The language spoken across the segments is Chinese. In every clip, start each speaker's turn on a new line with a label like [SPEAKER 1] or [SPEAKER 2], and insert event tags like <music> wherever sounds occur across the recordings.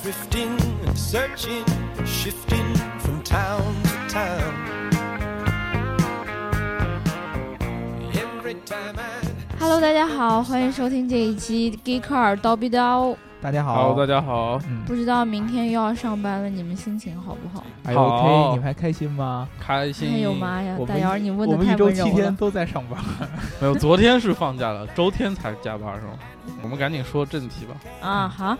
[SPEAKER 1] drifting and searching, shifting from town to town. Every time I
[SPEAKER 2] Hello，大家好，欢迎收听这一期《Geek Car 叨逼叨》。
[SPEAKER 3] 大家好，
[SPEAKER 4] Hello，大家好，
[SPEAKER 3] 嗯
[SPEAKER 2] 不，知道明天又要上班了，你们心情好不好？
[SPEAKER 3] 还
[SPEAKER 4] 好
[SPEAKER 3] OK，你们还开心吗？
[SPEAKER 4] 开心。
[SPEAKER 2] 哎呦妈呀
[SPEAKER 3] 我，们
[SPEAKER 2] 大姚，你问
[SPEAKER 3] 我
[SPEAKER 2] 的
[SPEAKER 3] 们一
[SPEAKER 2] 太
[SPEAKER 3] 周
[SPEAKER 2] 温
[SPEAKER 3] 七
[SPEAKER 2] 柔
[SPEAKER 3] 天
[SPEAKER 2] 了。
[SPEAKER 3] 都在上班，
[SPEAKER 4] 没有，昨天是放假了，周天才加班是吗？我们赶紧说正题吧。
[SPEAKER 2] 啊，好，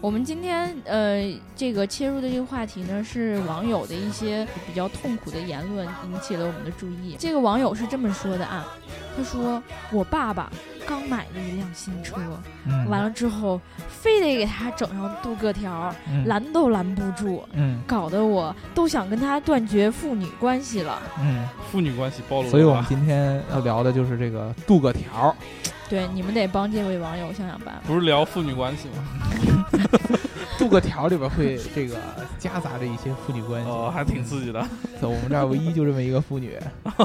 [SPEAKER 2] 我们今天呃，这个切入的这个话题呢，是网友的一些比较痛苦的言论引起了我们的注意。这个网友是这么说的啊，他说：“我爸爸刚买了一辆新车，
[SPEAKER 3] 嗯
[SPEAKER 2] 完了之后非得给他整上镀铬条，
[SPEAKER 4] 嗯
[SPEAKER 2] 拦都拦不住。”
[SPEAKER 3] 嗯
[SPEAKER 2] 搞得我都想跟他断绝父女关系了。
[SPEAKER 3] 嗯，
[SPEAKER 4] 父女关系暴露
[SPEAKER 3] 嗯
[SPEAKER 4] 了吧，
[SPEAKER 3] 所以我们今天要聊的就是这个镀个条儿，
[SPEAKER 4] 啊
[SPEAKER 2] 对，你们得帮这位网友想想办法。
[SPEAKER 4] 不是聊父女关系吗？
[SPEAKER 3] 镀个条儿里边会这个夹杂着一些父女关系。
[SPEAKER 4] <laughs>
[SPEAKER 3] 嗯
[SPEAKER 4] 哦，还挺刺激的。
[SPEAKER 3] 走，我们这儿唯一就这么一个妇女，
[SPEAKER 4] <laughs>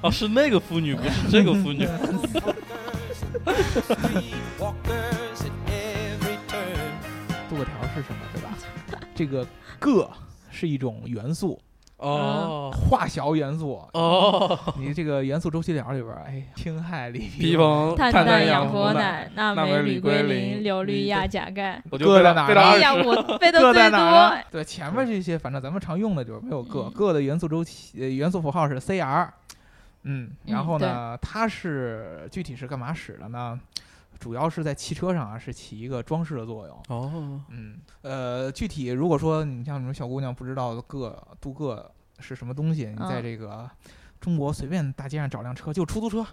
[SPEAKER 4] 哦，是那个妇女，不是这个妇女。
[SPEAKER 1] walkers at every turn.
[SPEAKER 3] 镀个条儿是什么，对吧？
[SPEAKER 4] <laughs>
[SPEAKER 3] 这个铬是一种元素，
[SPEAKER 4] <laughs> 哦
[SPEAKER 3] 化学元素。
[SPEAKER 2] 嗯
[SPEAKER 4] 哦，
[SPEAKER 3] 你这个元素周期表里边儿，哎，氢氦锂
[SPEAKER 4] 披风
[SPEAKER 2] 碳
[SPEAKER 4] 碳
[SPEAKER 2] 氮
[SPEAKER 4] 氧
[SPEAKER 2] 氟
[SPEAKER 4] 奶，
[SPEAKER 2] 钠、钠
[SPEAKER 4] 钠
[SPEAKER 2] 镁、
[SPEAKER 4] 镁
[SPEAKER 2] 铝
[SPEAKER 4] 铝硅
[SPEAKER 2] 磷、
[SPEAKER 4] 磷
[SPEAKER 2] 硫氯
[SPEAKER 4] 铝
[SPEAKER 2] 亚
[SPEAKER 4] 对
[SPEAKER 2] 钾
[SPEAKER 4] <laughs>
[SPEAKER 2] 钙。
[SPEAKER 4] 我就
[SPEAKER 3] 搁
[SPEAKER 4] 背
[SPEAKER 3] 在
[SPEAKER 4] 了
[SPEAKER 3] 哪儿
[SPEAKER 4] 背了
[SPEAKER 3] 呢
[SPEAKER 2] 哎
[SPEAKER 4] 二
[SPEAKER 2] 呀，
[SPEAKER 4] 十。
[SPEAKER 2] 我背的
[SPEAKER 3] 铬在
[SPEAKER 2] 最
[SPEAKER 3] 哪儿
[SPEAKER 2] 多
[SPEAKER 4] 啊
[SPEAKER 3] 呢。？对，前面这些反正咱们常用的就是没有铬，
[SPEAKER 2] 嗯
[SPEAKER 3] 铬的元素周期、呃、元素符号是 Cr，嗯，
[SPEAKER 2] 嗯
[SPEAKER 3] 然后呢，它是具体是干嘛使的呢？主要是在汽车上啊，是起一个装饰的作用。
[SPEAKER 4] 哦，
[SPEAKER 3] 嗯，呃，具体如果说你像你们小姑娘不知道铬镀铬是什么东西，你在
[SPEAKER 2] 嗯
[SPEAKER 3] 这个中国随便大街上找辆车，就出租车，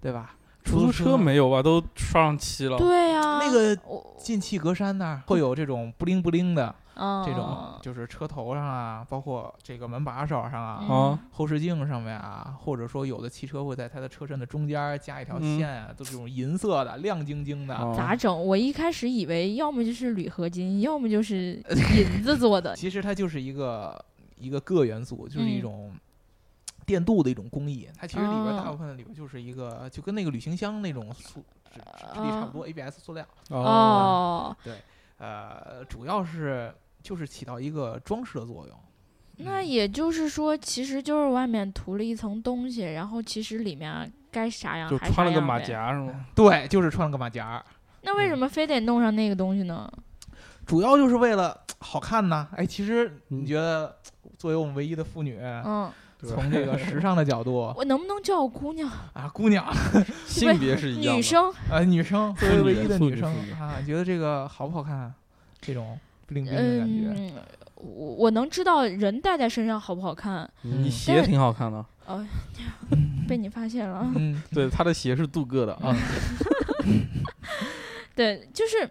[SPEAKER 3] 对吧？
[SPEAKER 4] 出租车没有吧？都刷上漆了。
[SPEAKER 2] 对呀、
[SPEAKER 3] 那个
[SPEAKER 2] 我
[SPEAKER 3] 进气格栅那儿会有这种不灵不灵的，
[SPEAKER 2] 嗯
[SPEAKER 3] 这种就是车头上啊，包括这个门把手上啊、
[SPEAKER 2] 嗯
[SPEAKER 4] 啊，
[SPEAKER 3] 后视镜上面啊，或者说有的汽车会在它的车身的中间儿加一条线啊，都是这种银色的、亮晶晶的。。
[SPEAKER 4] 哦
[SPEAKER 2] 咋整？我一开始以为要么就是铝合金，要么就是
[SPEAKER 4] <laughs>
[SPEAKER 2] 银子做的
[SPEAKER 3] 其实它就是一个一个铬元素，就是一
[SPEAKER 2] 嗯
[SPEAKER 3] 种电镀的一种工艺。它其实里边
[SPEAKER 2] 哦
[SPEAKER 3] 大部分里边就是一个，就跟那个旅行箱那种塑质质地差不多，ABS 塑料。
[SPEAKER 4] 哦，
[SPEAKER 2] 哦，
[SPEAKER 3] 呃，主要是就是起到一个装饰的作用。
[SPEAKER 2] 那
[SPEAKER 3] 嗯
[SPEAKER 2] 也就是说，其实就是外面涂了一层东西，然后其实里面啊该啥样
[SPEAKER 4] 就
[SPEAKER 2] 哦还
[SPEAKER 4] 穿
[SPEAKER 2] 啥
[SPEAKER 4] 了个
[SPEAKER 2] 样
[SPEAKER 4] 马
[SPEAKER 2] 呗。
[SPEAKER 4] 甲嗯是吗？
[SPEAKER 3] 对，就是穿了个马甲儿。
[SPEAKER 2] 那为什么非得弄上那个东西呢？
[SPEAKER 3] 主要就是为了好看呐。哎，其实你
[SPEAKER 4] 嗯
[SPEAKER 3] 觉得，作为我们唯一的妇女，
[SPEAKER 2] 嗯，
[SPEAKER 4] 对
[SPEAKER 3] 从这个时尚的角度
[SPEAKER 4] <laughs>
[SPEAKER 2] 我能不能叫我姑娘？
[SPEAKER 3] 啊，姑娘
[SPEAKER 4] 性别是一样的。
[SPEAKER 2] 女生
[SPEAKER 3] 呃，女生作为
[SPEAKER 4] 妇
[SPEAKER 3] 唯
[SPEAKER 4] 女
[SPEAKER 3] 一的
[SPEAKER 4] 妇
[SPEAKER 3] 女
[SPEAKER 4] 女
[SPEAKER 3] 生
[SPEAKER 4] 妇女
[SPEAKER 3] 啊，觉得这个好不好看？这种不灵不灵的感
[SPEAKER 2] 嗯，
[SPEAKER 3] 觉，
[SPEAKER 2] 我我能知道人戴在身上好不好看，
[SPEAKER 4] 你
[SPEAKER 3] 嗯
[SPEAKER 4] 鞋挺好看的。
[SPEAKER 2] 呃，被你发现了。
[SPEAKER 3] 嗯，
[SPEAKER 4] 对，他的鞋是镀铬的啊。
[SPEAKER 2] <laughs> 对，就是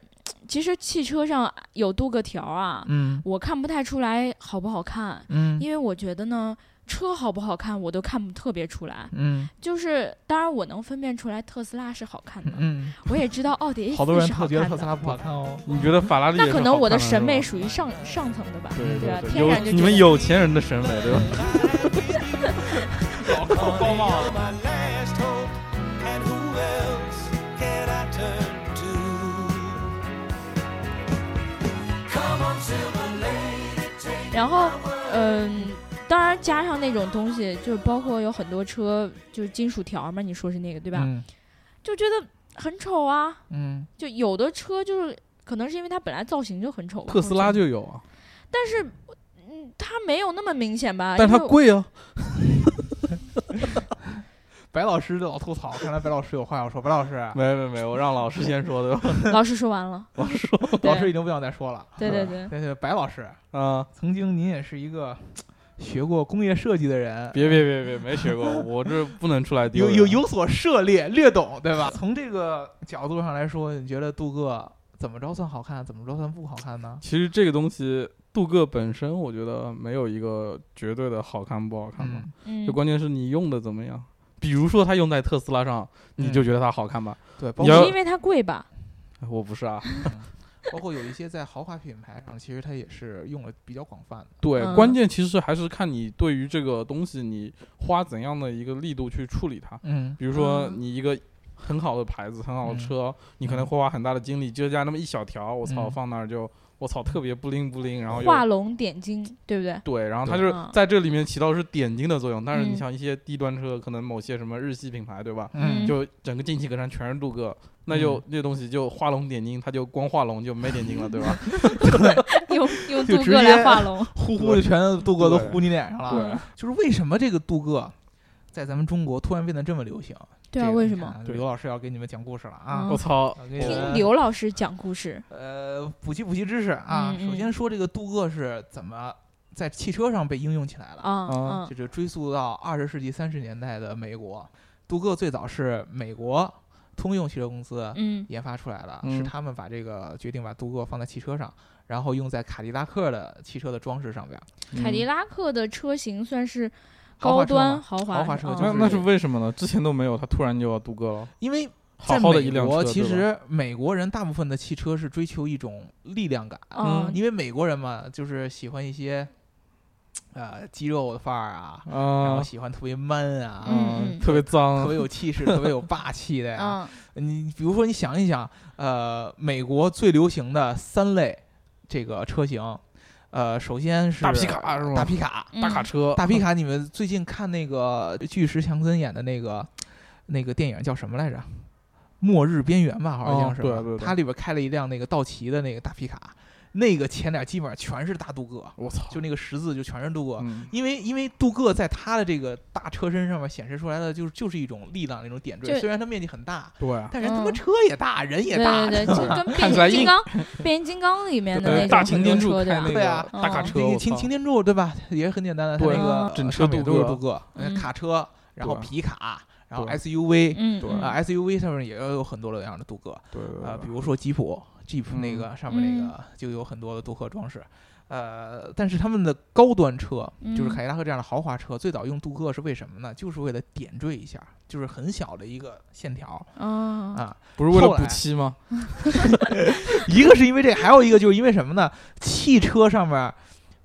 [SPEAKER 2] 其实汽车上有镀铬条啊，
[SPEAKER 3] 嗯
[SPEAKER 2] 我看不太出来好不好看，
[SPEAKER 3] 嗯
[SPEAKER 2] 因为我觉得呢。车好不好看，我都看不特别出来。
[SPEAKER 3] 嗯
[SPEAKER 2] 就是，当然我能分辨出来特斯拉是好看的，
[SPEAKER 3] 嗯，
[SPEAKER 2] 我也知道奥迪 A
[SPEAKER 3] 好多
[SPEAKER 2] 四
[SPEAKER 3] 人
[SPEAKER 2] 是好
[SPEAKER 3] 特觉得
[SPEAKER 2] 看
[SPEAKER 3] 特斯
[SPEAKER 2] 的。
[SPEAKER 3] 拉不好看哦。
[SPEAKER 4] 你觉得法拉利也
[SPEAKER 2] 那
[SPEAKER 4] 是
[SPEAKER 2] 可能
[SPEAKER 4] 好
[SPEAKER 2] 我的
[SPEAKER 4] 看
[SPEAKER 2] 审美
[SPEAKER 4] 是吧
[SPEAKER 2] 属于上上层的吧，
[SPEAKER 4] 对
[SPEAKER 2] 吧？
[SPEAKER 4] 对，
[SPEAKER 2] 天然就
[SPEAKER 4] 有你
[SPEAKER 2] 觉
[SPEAKER 4] 们
[SPEAKER 2] 得
[SPEAKER 4] 有钱人的审美 <laughs> 对吧？
[SPEAKER 1] You're my last hope, and who else can I turn to? Come on, Silver Lady, take
[SPEAKER 2] 然后，嗯，当然加上那种东西，就是包括有很多车就是金属条嘛，你说是那个对吧？
[SPEAKER 3] 嗯
[SPEAKER 2] 就觉得很丑啊，
[SPEAKER 3] 嗯，
[SPEAKER 2] 就有的车就是可能是因为它本来造型就很丑吧，
[SPEAKER 4] 特斯
[SPEAKER 2] 我
[SPEAKER 4] 拉
[SPEAKER 2] 觉得
[SPEAKER 4] 就有啊，
[SPEAKER 2] 但是。嗯，它没有那么明显吧？
[SPEAKER 4] 但
[SPEAKER 2] 因
[SPEAKER 4] 它
[SPEAKER 2] 为
[SPEAKER 4] 贵啊。
[SPEAKER 3] 白老师老吐槽，看来白老师有话要说。白老师，
[SPEAKER 4] 啊没没没，我让老师先说对吧？
[SPEAKER 2] 老师说完了，
[SPEAKER 4] 老师说
[SPEAKER 3] <laughs> 老师已经不想再说了。啊
[SPEAKER 2] 对对对，
[SPEAKER 3] 对对，白老师，
[SPEAKER 4] <laughs> 啊，
[SPEAKER 3] 曾经您也是一个学过工业设计的人，
[SPEAKER 4] 别别别别，没学过，我这不能出来丢
[SPEAKER 3] 有
[SPEAKER 4] 人。
[SPEAKER 3] 有有所涉猎，略懂，对吧？ <laughs> 从这个角度上来说，你觉得镀铬怎么着算好看，怎么着算不好看呢？
[SPEAKER 4] 其实这个东西，镀铬本身，我觉得没有一个绝对的好看不好看吧，
[SPEAKER 3] 嗯，
[SPEAKER 2] 嗯
[SPEAKER 4] 就，关键是你用的怎么样。比如说，它用在特斯拉上，你就觉得它好看吧？
[SPEAKER 3] 对，包
[SPEAKER 4] 你
[SPEAKER 2] 是
[SPEAKER 4] 要
[SPEAKER 3] 括
[SPEAKER 2] 因为它贵吧？
[SPEAKER 4] 我不是啊，
[SPEAKER 3] 包括有一些在豪华品牌上，其实它也是用的比较广泛的。
[SPEAKER 4] 对，
[SPEAKER 2] 嗯
[SPEAKER 4] 关键其实还是看你对于这个东西，你花怎样的一个力度去处理它。
[SPEAKER 3] 嗯
[SPEAKER 4] 比如说
[SPEAKER 2] 嗯
[SPEAKER 4] 你一个很好的牌子、很好的
[SPEAKER 3] 嗯
[SPEAKER 4] 车，你可能会花很大的精力，就加那么一小条，我操，
[SPEAKER 3] 嗯
[SPEAKER 4] 放那儿就我操，特别不灵不灵，然后又
[SPEAKER 2] 画龙点睛，对不对？ <laughs>
[SPEAKER 4] 对，然后它
[SPEAKER 2] 对
[SPEAKER 4] 就是
[SPEAKER 2] 嗯
[SPEAKER 4] 在这里面起到是点睛的作用，但是你
[SPEAKER 2] 嗯
[SPEAKER 4] 像一些低端车，可能某些什么日系品牌，对吧？
[SPEAKER 2] 嗯
[SPEAKER 4] 就整个进气格栅全是镀铬，那就
[SPEAKER 3] 嗯
[SPEAKER 4] 那东西就画龙点睛，它就光画龙就没点睛了，对吧？
[SPEAKER 2] 用用
[SPEAKER 4] <laughs>
[SPEAKER 3] 就
[SPEAKER 2] 镀
[SPEAKER 3] 直
[SPEAKER 2] 铬
[SPEAKER 3] 接
[SPEAKER 2] 来画龙，
[SPEAKER 3] 呼呼的全镀铬都
[SPEAKER 4] 对
[SPEAKER 3] 呼你脸上了。
[SPEAKER 2] 嗯
[SPEAKER 3] 就是为什么这个镀铬在咱们中国突然变得这么流行？
[SPEAKER 2] 对啊，
[SPEAKER 3] 这个
[SPEAKER 2] 为
[SPEAKER 3] 你
[SPEAKER 2] 什么？
[SPEAKER 3] 看
[SPEAKER 4] 对
[SPEAKER 3] 刘老师要给你们讲故事了啊！
[SPEAKER 2] 嗯
[SPEAKER 4] 我操！
[SPEAKER 3] 要给你
[SPEAKER 2] 听
[SPEAKER 3] 们
[SPEAKER 2] 刘老师讲故事，
[SPEAKER 3] 呃补习补习知识啊。
[SPEAKER 2] 嗯嗯
[SPEAKER 3] 首先说这个镀铬是怎么在汽车上被应用起来了，
[SPEAKER 2] 啊
[SPEAKER 4] 啊
[SPEAKER 2] 啊
[SPEAKER 3] 就是追溯到二十世纪三十年代的美国，镀铬最早是美国通用汽车公司
[SPEAKER 2] 嗯
[SPEAKER 3] 研发出来的，
[SPEAKER 4] 嗯
[SPEAKER 3] 是他们把这个决定把镀铬放在汽车上，然后用在卡迪拉克的汽车的装饰上边。
[SPEAKER 2] 凯迪拉克的车型算是
[SPEAKER 3] 嗯豪华
[SPEAKER 2] 高
[SPEAKER 3] 车
[SPEAKER 2] 端
[SPEAKER 3] 嘛
[SPEAKER 2] 豪华
[SPEAKER 3] 豪华车
[SPEAKER 2] 嗯
[SPEAKER 3] 就是
[SPEAKER 4] 那那是为什么呢？之前都没有，它突然就要镀铬了，
[SPEAKER 3] 因为
[SPEAKER 4] 好
[SPEAKER 3] 在
[SPEAKER 4] 好的一
[SPEAKER 3] 美
[SPEAKER 4] 辆
[SPEAKER 3] 国，
[SPEAKER 4] 车，
[SPEAKER 3] 其
[SPEAKER 4] 对吧
[SPEAKER 3] 实美国人大部分的汽车是追求一种力量感，
[SPEAKER 2] 嗯
[SPEAKER 3] 因为美国人嘛，就是喜欢一些，呃，肌肉的范儿啊，然后
[SPEAKER 4] 啊
[SPEAKER 3] 喜欢特别 man 啊，
[SPEAKER 2] 嗯嗯
[SPEAKER 4] 特别
[SPEAKER 3] 特
[SPEAKER 4] 脏
[SPEAKER 3] 别，有气势，特别有霸气的哎呀。
[SPEAKER 2] 嗯
[SPEAKER 3] 你比如说，你想一想，呃，美国最流行的三类这个车型，呃，首先是
[SPEAKER 4] 大皮卡是吗
[SPEAKER 3] 大皮卡，
[SPEAKER 2] 嗯
[SPEAKER 4] 大卡车，
[SPEAKER 3] 大皮卡，你们最近看那个巨石强森演的那个那个电影叫什么来着？末日边缘吧，好像
[SPEAKER 4] 哦
[SPEAKER 3] 是吧、
[SPEAKER 4] 对对对
[SPEAKER 3] 它里边开了一辆那个道奇的那个大皮卡，那个前脸基本上全是大镀铬，
[SPEAKER 4] 我操！
[SPEAKER 3] 就那个十字就全是镀铬。
[SPEAKER 4] 嗯
[SPEAKER 3] 因为因为镀铬在它的这个大车身上面显示出来的就是就是一种力量的一种点
[SPEAKER 2] 就
[SPEAKER 3] 缀，虽然它面积很大，
[SPEAKER 4] 对啊，
[SPEAKER 3] 但人他妈
[SPEAKER 2] 嗯
[SPEAKER 3] 车也大，人也大，
[SPEAKER 2] 对对对，
[SPEAKER 3] <laughs>
[SPEAKER 2] 就跟变
[SPEAKER 4] 看起来
[SPEAKER 2] 形金
[SPEAKER 4] 硬
[SPEAKER 2] 刚、变形金刚里面的那
[SPEAKER 4] 对
[SPEAKER 2] 种
[SPEAKER 4] 大擎天
[SPEAKER 2] 很
[SPEAKER 4] 柱
[SPEAKER 2] 多车，
[SPEAKER 4] 开
[SPEAKER 2] 对吧？
[SPEAKER 4] 那
[SPEAKER 3] 对啊
[SPEAKER 4] 个大卡
[SPEAKER 2] 嗯
[SPEAKER 4] 车，
[SPEAKER 3] 那
[SPEAKER 4] 我
[SPEAKER 3] 擎
[SPEAKER 4] 操
[SPEAKER 3] 擎天柱对吧？也很简单的，它
[SPEAKER 4] 对
[SPEAKER 3] 那个
[SPEAKER 4] 整
[SPEAKER 3] 呃
[SPEAKER 4] 车
[SPEAKER 3] 上面
[SPEAKER 4] 镀
[SPEAKER 3] 都是
[SPEAKER 4] 铬
[SPEAKER 3] 镀铬，呃
[SPEAKER 2] 嗯
[SPEAKER 3] 卡车，然后
[SPEAKER 4] 对啊
[SPEAKER 3] 皮卡，然后
[SPEAKER 4] 对
[SPEAKER 3] SUV，
[SPEAKER 2] 嗯，
[SPEAKER 4] 对
[SPEAKER 2] 嗯
[SPEAKER 3] 啊 SUV 上面也有很多的样的镀铬
[SPEAKER 4] 对对
[SPEAKER 3] 啊，
[SPEAKER 4] 对
[SPEAKER 3] 比如说吉普 Jeep
[SPEAKER 4] 嗯
[SPEAKER 3] 那个上面那个就有很多的镀铬装饰。呃，但是他们的高端车，就
[SPEAKER 2] 嗯
[SPEAKER 3] 是凯迪拉克这样的豪华车，最早用镀铬是为什么呢？就是为了点缀一下，就是很小的一个线条
[SPEAKER 2] 啊，
[SPEAKER 3] 啊。
[SPEAKER 4] 不是为了
[SPEAKER 3] 后来
[SPEAKER 4] 补漆吗？
[SPEAKER 3] 一个是因为这，还有一个就是因为什么呢？汽车上面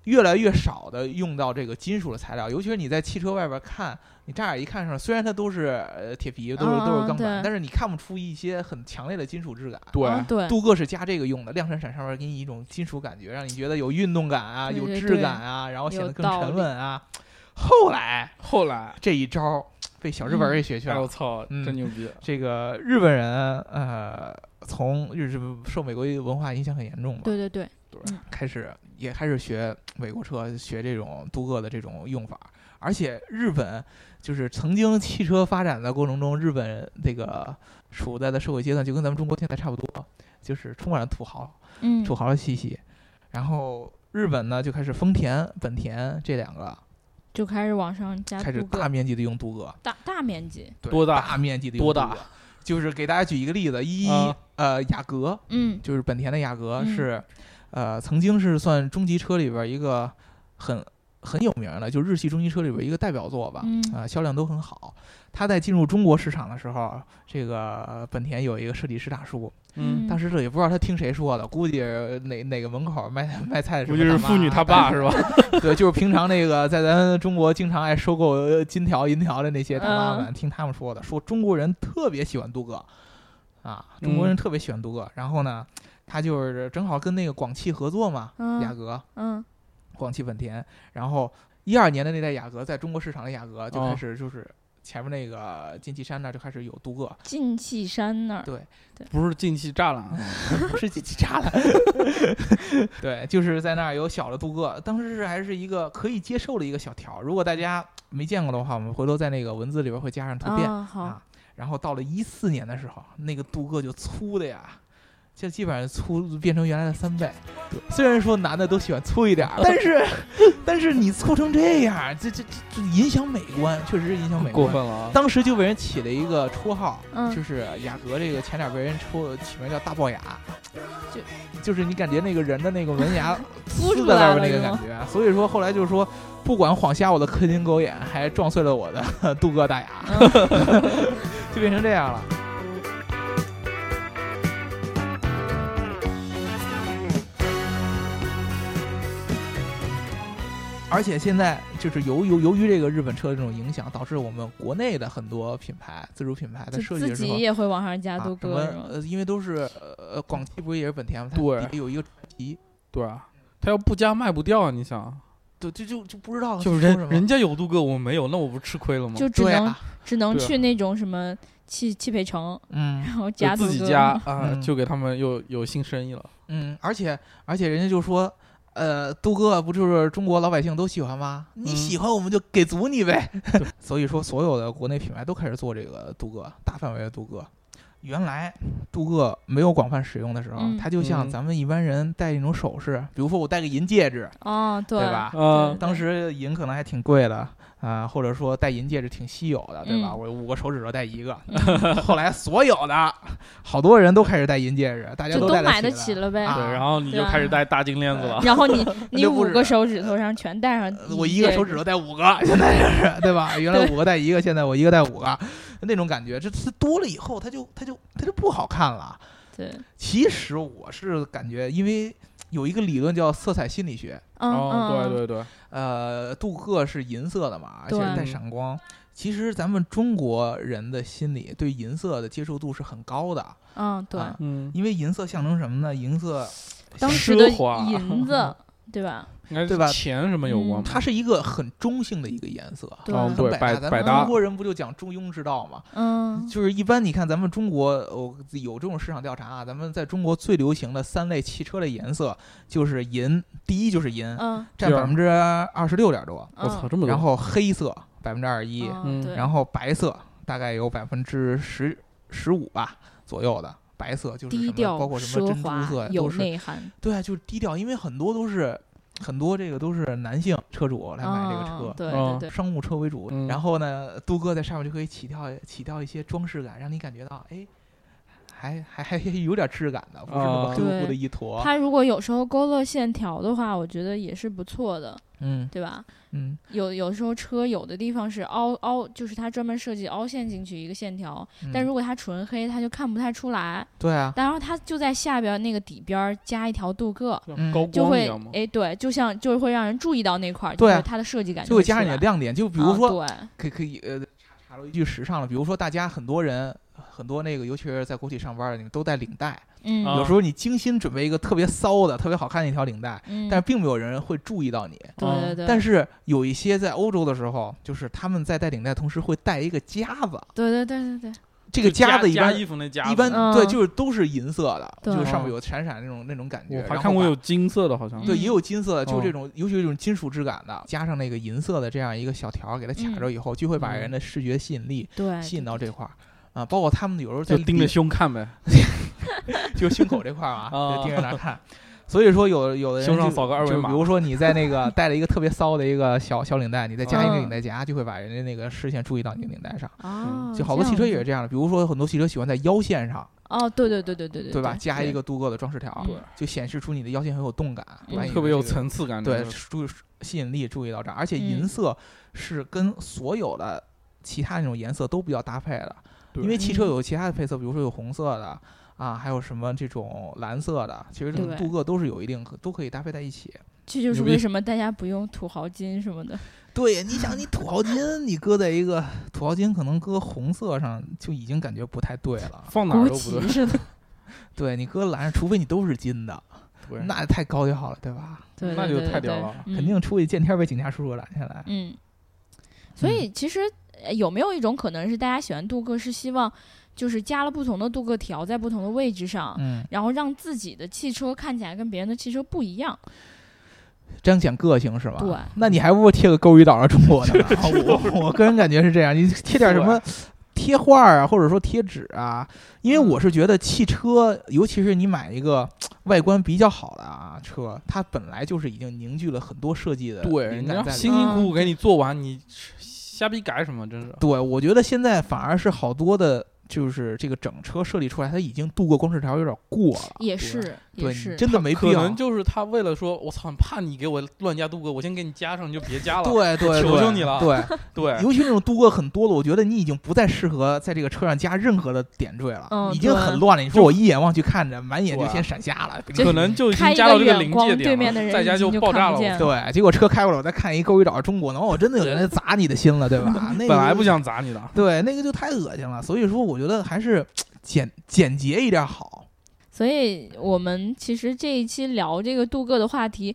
[SPEAKER 3] 越来越少的用到这个金属的材料，尤其是你在汽车外边看，你乍眼一看上，虽然它都是呃铁皮，都是都
[SPEAKER 2] 嗯
[SPEAKER 3] 是钢板，
[SPEAKER 2] 对
[SPEAKER 3] 但是你看不出一些很强烈的金属质感。
[SPEAKER 2] 啊
[SPEAKER 4] 对，
[SPEAKER 2] 对，
[SPEAKER 3] 镀铬是加这个用的，亮闪闪上面给你一种金属感觉，让你觉得有运动感啊，
[SPEAKER 2] 对对
[SPEAKER 3] 有质
[SPEAKER 2] 对
[SPEAKER 3] 感啊，然后显
[SPEAKER 2] 有
[SPEAKER 3] 得更
[SPEAKER 2] 道
[SPEAKER 3] 沉
[SPEAKER 2] 理
[SPEAKER 3] 稳啊。后来
[SPEAKER 4] 后来，
[SPEAKER 3] 这一招儿被小日本儿给学去
[SPEAKER 4] 哎
[SPEAKER 3] 了，
[SPEAKER 4] 我操，
[SPEAKER 3] 嗯
[SPEAKER 4] 真牛逼！
[SPEAKER 3] <laughs> 这个日本人呃，从日受美国文化影响很严重嘛，
[SPEAKER 2] 对对对，
[SPEAKER 3] 开始也开始学美国车，学这种镀铬的这种用法。而且日本就是曾经汽车发展的过程中，日本这个处在的社会阶段就跟咱们中国现在差不多，就是充满了土豪，
[SPEAKER 2] 嗯
[SPEAKER 3] 土豪的气息。然后日本呢就开始丰田、本田这两个
[SPEAKER 2] 就开始往上加
[SPEAKER 3] 开始
[SPEAKER 2] 啊镀
[SPEAKER 3] 大
[SPEAKER 2] 铬，
[SPEAKER 3] 面积的用镀铬，
[SPEAKER 2] 大大面积，
[SPEAKER 3] 对
[SPEAKER 4] 多大
[SPEAKER 3] 大面积的用
[SPEAKER 4] 多
[SPEAKER 3] 镀
[SPEAKER 4] 大
[SPEAKER 3] 铬？就是给大家举一个例子，一、
[SPEAKER 4] 啊
[SPEAKER 3] 呃雅阁，
[SPEAKER 2] 嗯
[SPEAKER 3] 就是本田的雅阁
[SPEAKER 2] 嗯
[SPEAKER 3] 是，呃，曾经是算中级车里边儿一个很很有名儿的，就日系中级车里边儿一个代表作吧，啊、
[SPEAKER 2] 嗯
[SPEAKER 3] 销量都很好。它在进入中国市场的时候，这个本田有一个设计师大叔，
[SPEAKER 4] 嗯，
[SPEAKER 3] 当时这也不知道他听谁说的，估计哪哪个门口卖卖菜的什
[SPEAKER 4] 估
[SPEAKER 3] 么
[SPEAKER 4] 计是
[SPEAKER 3] 大妈
[SPEAKER 4] 妇女
[SPEAKER 3] <laughs>
[SPEAKER 4] 她爸是吧？ <laughs>
[SPEAKER 3] 对，就是平常那个在咱中国经常爱收购呃金条银条的那些大妈们，听他们说的，说中国人特别喜欢镀铬，啊，中国人特别喜欢镀铬。然后呢，他就是正好跟那个广汽合作嘛，雅
[SPEAKER 2] 嗯
[SPEAKER 3] 阁、
[SPEAKER 2] 嗯
[SPEAKER 3] 广汽本田，然后一二年的那代雅阁在中国市场的雅阁就
[SPEAKER 4] 哦
[SPEAKER 3] 开始就是前面那个金旗山那儿就开始有镀铬，
[SPEAKER 2] 进气山那儿，
[SPEAKER 3] 对，
[SPEAKER 4] 不是进气栅栏，啊
[SPEAKER 3] 是金旗山了，对，就是在那儿有小的镀铬，当时是还是一个可以接受的一个小条儿。如果大家没见过的话，我们回头在那个文字里边会加上图片。
[SPEAKER 2] 啊好，
[SPEAKER 3] 啊然后到了一四年的时候，那个镀铬就粗的呀，就基本上粗变成原来的三倍。虽然说男的都喜欢粗一点儿，但是但是你粗成这样儿，这这这这影响美观，确实是影响美
[SPEAKER 4] 过
[SPEAKER 3] 观。
[SPEAKER 4] 分了啊！
[SPEAKER 3] 当时就被人起了一个绰号，
[SPEAKER 2] 嗯
[SPEAKER 3] 就是雅阁这个前脸被人戳起名叫大龅牙，
[SPEAKER 2] 就
[SPEAKER 3] 就是你感觉那个人的那个门牙
[SPEAKER 2] 凸
[SPEAKER 3] 呲
[SPEAKER 2] 出
[SPEAKER 3] 在
[SPEAKER 2] 来
[SPEAKER 3] 外
[SPEAKER 2] 了
[SPEAKER 3] 边那个
[SPEAKER 2] 是
[SPEAKER 3] 感
[SPEAKER 2] 吗
[SPEAKER 3] 觉，所以说后来就是说，不管晃瞎我的磕金狗眼，还撞碎了我的 <laughs> 镀铬大牙，
[SPEAKER 2] 嗯
[SPEAKER 3] <laughs> 就变成这样了。而且现在就是由由由于这个日本车的这种影响，导致我们国内的很多品牌自主品牌在
[SPEAKER 2] 就
[SPEAKER 3] 设计
[SPEAKER 2] 自
[SPEAKER 3] 的时
[SPEAKER 2] 己
[SPEAKER 3] 候，
[SPEAKER 2] 也会往上加镀
[SPEAKER 3] 啊，什
[SPEAKER 2] 铬
[SPEAKER 3] 么
[SPEAKER 2] 是吗？
[SPEAKER 3] 呃，因为都是呃呃，广汽不是也是本田吗？它
[SPEAKER 4] 对
[SPEAKER 3] 底下有一个传奇，
[SPEAKER 4] 对啊，他要不加卖不掉啊！你想，
[SPEAKER 3] 对，就就就不知道
[SPEAKER 4] 就
[SPEAKER 3] 哦说
[SPEAKER 4] 人
[SPEAKER 3] 什么
[SPEAKER 4] 人家有镀铬，我没有，那我不吃亏了吗？
[SPEAKER 2] 就只
[SPEAKER 3] 对
[SPEAKER 2] 能、
[SPEAKER 3] 啊，
[SPEAKER 2] 只能
[SPEAKER 4] 对啊
[SPEAKER 2] 去那种什么汽汽配城，
[SPEAKER 3] 嗯
[SPEAKER 2] 然后
[SPEAKER 4] 就
[SPEAKER 2] 加
[SPEAKER 4] 自己
[SPEAKER 2] 杜哥
[SPEAKER 4] 加啊，
[SPEAKER 3] 嗯
[SPEAKER 4] 就给他们又有新生意了。
[SPEAKER 3] 嗯，而且而且人家就说。呃，杜哥不就是中国老百姓都喜欢吗？你
[SPEAKER 4] 嗯
[SPEAKER 3] 喜欢我们就给足你呗。
[SPEAKER 4] <laughs> 对
[SPEAKER 3] <laughs> 所以说，所有的国内品牌都开始做这个镀铬，大范围的镀铬。原来镀铬没有广泛使用的时候，
[SPEAKER 2] 嗯
[SPEAKER 3] 它就像
[SPEAKER 4] 嗯
[SPEAKER 3] 咱们一般人戴那种首饰，比如说我戴个银戒指，
[SPEAKER 2] 哦，对
[SPEAKER 3] 对吧
[SPEAKER 4] 啊
[SPEAKER 2] 对
[SPEAKER 3] 呃当时银可能还挺贵的啊、或者说戴银戒指挺稀有的，对吧？
[SPEAKER 2] 嗯
[SPEAKER 3] 我五个手指头戴一个， <laughs> 后来所有的好多人都开始戴银戒指，大家
[SPEAKER 2] 就都
[SPEAKER 3] 戴
[SPEAKER 2] 买
[SPEAKER 3] 得
[SPEAKER 2] 得
[SPEAKER 3] 起
[SPEAKER 2] 起
[SPEAKER 3] 了。
[SPEAKER 2] 了呗。
[SPEAKER 3] 啊 <laughs>
[SPEAKER 4] 对，然后你就
[SPEAKER 2] 对啊啊
[SPEAKER 4] 开始戴大金链子了。
[SPEAKER 2] 然后你你
[SPEAKER 3] 那不
[SPEAKER 2] 五
[SPEAKER 3] 是
[SPEAKER 2] 个手指头上全戴上，
[SPEAKER 3] 呃我一个手指头戴五个，现在就是对吧？原来
[SPEAKER 2] 对
[SPEAKER 3] 五个戴一个，现在我一个戴五个，那种感觉，这次多了以后，它就它就它就不好看了。
[SPEAKER 2] 对，
[SPEAKER 3] 其实我是感觉，因为有一个理论叫色彩心理学，
[SPEAKER 2] 嗯
[SPEAKER 4] 哦，
[SPEAKER 2] 嗯，
[SPEAKER 4] 对对对，
[SPEAKER 3] 呃，镀铬是银色的嘛，而且
[SPEAKER 2] 对
[SPEAKER 3] 带闪光。其实咱们中国人的心理对银色的接受度是很高的，
[SPEAKER 2] 嗯对，
[SPEAKER 3] 啊
[SPEAKER 4] 嗯，
[SPEAKER 3] 因为银色象征什么呢？银色
[SPEAKER 2] 当时的
[SPEAKER 4] 奢华
[SPEAKER 3] <laughs>
[SPEAKER 2] 银子对吧？
[SPEAKER 4] 应该是
[SPEAKER 3] 对吧
[SPEAKER 4] 钱什么有关
[SPEAKER 2] 嗯
[SPEAKER 4] 吗？
[SPEAKER 3] 它是一个很中性的一个颜色，
[SPEAKER 2] 对
[SPEAKER 4] 哦
[SPEAKER 2] 吧，
[SPEAKER 4] 对
[SPEAKER 3] 很
[SPEAKER 4] 百
[SPEAKER 3] 搭。咱
[SPEAKER 4] 百
[SPEAKER 3] 们
[SPEAKER 2] 搭
[SPEAKER 3] 中国人不就讲中庸之道嘛？
[SPEAKER 2] 嗯，
[SPEAKER 3] 就是一般你看咱们中国，呃我有这种市场调查啊，咱们在中国最流行的三类汽车的颜色就是银，第一就是银，
[SPEAKER 2] 嗯，
[SPEAKER 3] 占
[SPEAKER 4] 第
[SPEAKER 3] 百
[SPEAKER 4] 二
[SPEAKER 3] 分之二十六点多，
[SPEAKER 4] 我操，
[SPEAKER 2] 嗯，
[SPEAKER 4] 这么多！
[SPEAKER 3] 然后黑色百分之二十一，
[SPEAKER 2] 嗯，
[SPEAKER 4] 嗯
[SPEAKER 2] 对
[SPEAKER 3] 然后白色大概有百分之十十五吧左右的白色，就是什
[SPEAKER 2] 低
[SPEAKER 3] 么
[SPEAKER 2] 调、
[SPEAKER 3] 包括什么
[SPEAKER 2] 奢
[SPEAKER 3] 珍珠色
[SPEAKER 2] 华、
[SPEAKER 3] 呀
[SPEAKER 2] 有
[SPEAKER 3] 都是
[SPEAKER 2] 内涵，
[SPEAKER 3] 对啊，就是低调，因为很多都是很多这个都是男性车主来买这个车
[SPEAKER 2] 嗯。对
[SPEAKER 4] 嗯
[SPEAKER 2] 对对，
[SPEAKER 3] 商务车为主，
[SPEAKER 4] 嗯
[SPEAKER 3] 然后呢，都哥在上面就可以起掉起掉一些装饰感，让你感觉到，哎，还还还有点质感的，不是那么
[SPEAKER 4] 啊
[SPEAKER 3] 黑乎乎的
[SPEAKER 2] 对
[SPEAKER 3] 一坨。
[SPEAKER 2] 它如果有时候勾勒线条的话，我觉得也是不错的，
[SPEAKER 3] 嗯
[SPEAKER 2] 对吧？
[SPEAKER 3] 嗯
[SPEAKER 2] 有有时候车有的地方是凹凹，就是它专门设计凹陷进去一个线条，
[SPEAKER 3] 嗯，
[SPEAKER 2] 但如果它纯黑，它就看不太出来。
[SPEAKER 3] 对啊，
[SPEAKER 2] 然后它就在下边那个底边儿加一条镀铬，
[SPEAKER 4] 像
[SPEAKER 3] 嗯
[SPEAKER 4] 高
[SPEAKER 2] 就
[SPEAKER 4] 光一
[SPEAKER 2] 会
[SPEAKER 4] 样吗？
[SPEAKER 2] 哎，对，就像就会让人注意到那块儿，
[SPEAKER 3] 对啊
[SPEAKER 2] 就是它的设计感
[SPEAKER 3] 就会
[SPEAKER 2] 会
[SPEAKER 3] 加上你的
[SPEAKER 2] 出来。
[SPEAKER 3] 亮点，就比如说
[SPEAKER 2] 啊
[SPEAKER 3] 可以可以呃，插插入一句时尚了，比如说大家很多人。很多那个，尤其是在国企上班的，你们都带领带。
[SPEAKER 2] 对，嗯，
[SPEAKER 4] 啊
[SPEAKER 3] 有时候你精心准备一个特别骚的、特别好看的一条领带，
[SPEAKER 2] 嗯，
[SPEAKER 3] 但是并没有人会注意到你。
[SPEAKER 2] 对对对，
[SPEAKER 3] 但
[SPEAKER 2] 是
[SPEAKER 3] 是有一些在欧洲的时候，就是他们在带领带同时会带一个夹子，
[SPEAKER 2] 对对对对对，
[SPEAKER 3] 这个夹子一
[SPEAKER 4] 加
[SPEAKER 3] 般
[SPEAKER 4] 衣服那夹子
[SPEAKER 3] 一般、
[SPEAKER 2] 嗯
[SPEAKER 3] 对，就是都是银色的，
[SPEAKER 2] 对
[SPEAKER 3] 就是上面有闪闪那种那种感觉。
[SPEAKER 4] 我还
[SPEAKER 3] 然后
[SPEAKER 4] 看过
[SPEAKER 3] 把
[SPEAKER 4] 有金色的，好像。
[SPEAKER 3] 对，
[SPEAKER 2] 嗯
[SPEAKER 3] 也有金色的，就
[SPEAKER 4] 哦
[SPEAKER 3] 这种，尤其是这种金属质感的，加上那个银色的这样一个小条儿，给它卡
[SPEAKER 2] 嗯
[SPEAKER 3] 着以后，就会把
[SPEAKER 4] 嗯
[SPEAKER 3] 人的视觉吸引力
[SPEAKER 2] 对，
[SPEAKER 3] 吸引
[SPEAKER 2] 对
[SPEAKER 3] 到
[SPEAKER 2] 对
[SPEAKER 3] 这块儿啊，包括他们有时候在
[SPEAKER 4] 就盯着
[SPEAKER 3] 领
[SPEAKER 4] 胸看呗，
[SPEAKER 3] 就胸口这块儿啊，
[SPEAKER 4] 啊
[SPEAKER 3] 就盯着那儿看。所以说有有的人
[SPEAKER 4] 胸上
[SPEAKER 3] 就
[SPEAKER 4] 扫个二维
[SPEAKER 3] 就
[SPEAKER 4] 码
[SPEAKER 3] 比如说你在那个带了一个特别骚的一个小小领带，你再加一
[SPEAKER 2] 嗯
[SPEAKER 3] 个领带夹，就会把人家那个视线注意到你的领带上。
[SPEAKER 2] 哦，
[SPEAKER 3] 嗯就好多汽车也是
[SPEAKER 2] 这样
[SPEAKER 3] 这样的，比如说很多汽车喜欢在腰线上，
[SPEAKER 2] 哦，对对对对对对，
[SPEAKER 3] 对吧？加一
[SPEAKER 2] 个
[SPEAKER 3] 个镀铬的装饰条
[SPEAKER 2] 对，
[SPEAKER 3] 就显示出你的腰线很有动感，
[SPEAKER 2] 嗯
[SPEAKER 3] 把你的
[SPEAKER 4] 特别有
[SPEAKER 3] 这个
[SPEAKER 4] 层嗯次感。
[SPEAKER 3] 对
[SPEAKER 4] 这个
[SPEAKER 3] 注吸引力注意到这儿，而且
[SPEAKER 2] 嗯
[SPEAKER 3] 银色是跟所有的其他那种颜色都比较搭配的，
[SPEAKER 4] 对
[SPEAKER 3] 因为汽车
[SPEAKER 2] 嗯
[SPEAKER 3] 有其他的配色，比如说有红色的啊，还有什么这种蓝色的，其实这种
[SPEAKER 2] 对
[SPEAKER 3] 镀铬都是有一定可都可以搭配在一起。
[SPEAKER 2] 这就是
[SPEAKER 4] 牛逼
[SPEAKER 2] 为什么大家不用土豪金什么的。
[SPEAKER 3] 对，你想你土豪金，你搁在一个土豪金，可能搁红色上就已经感觉不太对了。
[SPEAKER 4] 放哪
[SPEAKER 2] 国
[SPEAKER 4] 儿都不
[SPEAKER 2] 旗
[SPEAKER 4] 对
[SPEAKER 2] 似
[SPEAKER 3] <laughs>
[SPEAKER 2] 的，
[SPEAKER 3] 对你搁蓝，除非你都是金的，
[SPEAKER 4] 对，
[SPEAKER 3] 那也太高调了，对吧？
[SPEAKER 2] 对，
[SPEAKER 4] 那
[SPEAKER 2] 对
[SPEAKER 4] 就
[SPEAKER 2] 对
[SPEAKER 4] 太
[SPEAKER 2] 对嗯
[SPEAKER 4] 屌
[SPEAKER 2] 对
[SPEAKER 4] 了
[SPEAKER 3] 肯定出去见天儿被警察叔叔拦下来。
[SPEAKER 2] 嗯。嗯所以其实呃有没有一种可能是大家喜欢镀铬，是希望就是加了不同的镀铬条在不同的位置上，
[SPEAKER 3] 嗯，
[SPEAKER 2] 然后让自己的汽车看起来跟别人的汽车不一样？
[SPEAKER 3] 彰显个性是吧？
[SPEAKER 2] 对，
[SPEAKER 3] 那你还不如贴个钩鱼岛上中国
[SPEAKER 4] <laughs>
[SPEAKER 3] 呢。啊我我个人感觉是这样，你贴点什么贴画儿啊，或者说贴纸啊，因为
[SPEAKER 4] 嗯
[SPEAKER 3] 我是觉得汽车，尤其是你买一个外观比较好的啊车，它本来就是已经凝聚了很多设计的
[SPEAKER 4] 对，
[SPEAKER 3] 灵
[SPEAKER 4] 人
[SPEAKER 3] 感
[SPEAKER 4] 家
[SPEAKER 3] 在里
[SPEAKER 4] 辛
[SPEAKER 3] 面。
[SPEAKER 4] 辛苦苦给你做完，你瞎逼改什么？真是。
[SPEAKER 3] 对，我觉得现在反而是好多的，就是这个整车设计出来，它已经镀过光饰条有点过了。
[SPEAKER 2] 也是也
[SPEAKER 3] 对，
[SPEAKER 2] 是
[SPEAKER 3] 你，真的没必
[SPEAKER 4] 可
[SPEAKER 3] 要
[SPEAKER 4] 能。就是他为了说，我操，怕你给我乱加镀铬，我先给你加上，你就别加了。
[SPEAKER 3] 对对，
[SPEAKER 4] 求
[SPEAKER 3] 对
[SPEAKER 4] 求你了
[SPEAKER 3] 对，
[SPEAKER 4] 对，
[SPEAKER 3] 尤其那种镀铬很多的，我觉得你已经不再适合在这个车上加任何的点缀了，
[SPEAKER 2] 嗯
[SPEAKER 3] 已经很乱了。你说我一眼望去看着，满眼就
[SPEAKER 4] 对啊
[SPEAKER 3] 先闪瞎了，
[SPEAKER 2] 这
[SPEAKER 4] 可能就已
[SPEAKER 2] 开
[SPEAKER 4] 经
[SPEAKER 2] 一
[SPEAKER 4] 加到这
[SPEAKER 2] 远
[SPEAKER 4] 临
[SPEAKER 2] 光，
[SPEAKER 4] 界
[SPEAKER 2] 对
[SPEAKER 4] 点
[SPEAKER 2] 面的
[SPEAKER 4] 了，
[SPEAKER 2] 人
[SPEAKER 4] 再
[SPEAKER 2] 已
[SPEAKER 4] 加
[SPEAKER 2] 经
[SPEAKER 4] 爆炸
[SPEAKER 2] 看不
[SPEAKER 4] 了。
[SPEAKER 2] 见了。
[SPEAKER 3] 对，结果车开过来，我再看一《勾鱼岛中国》，我真的有人来砸你的心了，对
[SPEAKER 4] <laughs>
[SPEAKER 3] 吧？那个
[SPEAKER 4] 我本来
[SPEAKER 2] 嗯
[SPEAKER 4] 不想砸你的，
[SPEAKER 3] 对那个就太恶心了，所以说我觉得还是简简洁一点好。
[SPEAKER 2] 所以我们其实这一期聊这个镀铬的话题，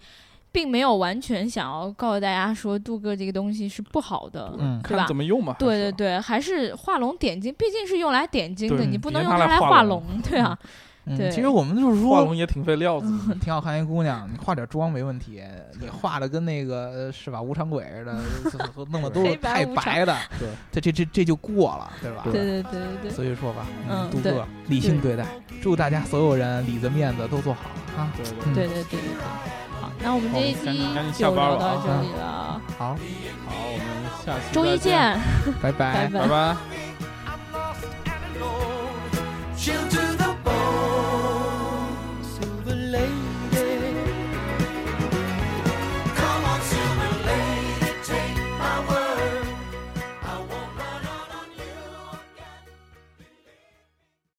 [SPEAKER 2] 并没有完全想要告诉大家说镀铬这个东西是不好的。
[SPEAKER 3] 嗯
[SPEAKER 2] 对吧
[SPEAKER 4] 看怎么用嘛。
[SPEAKER 2] 对
[SPEAKER 4] 还
[SPEAKER 2] 对
[SPEAKER 4] 是，
[SPEAKER 2] 对，还是画龙点睛，毕竟是用来点睛的，
[SPEAKER 4] 对
[SPEAKER 2] 你
[SPEAKER 4] 你
[SPEAKER 2] 不
[SPEAKER 4] 别
[SPEAKER 2] 能用
[SPEAKER 4] 拿来
[SPEAKER 2] 来
[SPEAKER 4] 画
[SPEAKER 2] 画
[SPEAKER 4] 龙
[SPEAKER 2] 龙，对啊，
[SPEAKER 3] 嗯
[SPEAKER 2] 对
[SPEAKER 3] 其实我们就是
[SPEAKER 4] 画
[SPEAKER 3] 说，
[SPEAKER 4] 龙也挺费料子。
[SPEAKER 3] <laughs> 挺好看一姑娘，你化点妆没问题，你化的跟那个呃是吧无常鬼似的，这这弄的都
[SPEAKER 2] 黑
[SPEAKER 3] 是
[SPEAKER 2] 白
[SPEAKER 3] 太
[SPEAKER 2] 无常
[SPEAKER 3] 白的，
[SPEAKER 4] 对，
[SPEAKER 3] 这这这这就过了，嗯对吧？
[SPEAKER 2] 对对对 <laughs> 对对。
[SPEAKER 3] 所以说吧，
[SPEAKER 2] 嗯
[SPEAKER 3] 杜
[SPEAKER 2] 对
[SPEAKER 3] 哥理性对待，祝大家所有人里子面子都做好啊！
[SPEAKER 4] 对对
[SPEAKER 3] 嗯
[SPEAKER 2] 对对对对对，好，那我们这一
[SPEAKER 4] 好赶紧赶紧
[SPEAKER 2] 期
[SPEAKER 4] 下
[SPEAKER 2] 就
[SPEAKER 4] 班
[SPEAKER 2] 聊
[SPEAKER 4] 了
[SPEAKER 2] 到
[SPEAKER 4] 啊
[SPEAKER 2] 这里了， <laughs>
[SPEAKER 3] 好，
[SPEAKER 4] 好，我们下期
[SPEAKER 2] 周一
[SPEAKER 4] 再见，
[SPEAKER 2] 见，
[SPEAKER 3] 拜拜
[SPEAKER 2] 拜
[SPEAKER 4] 拜拜。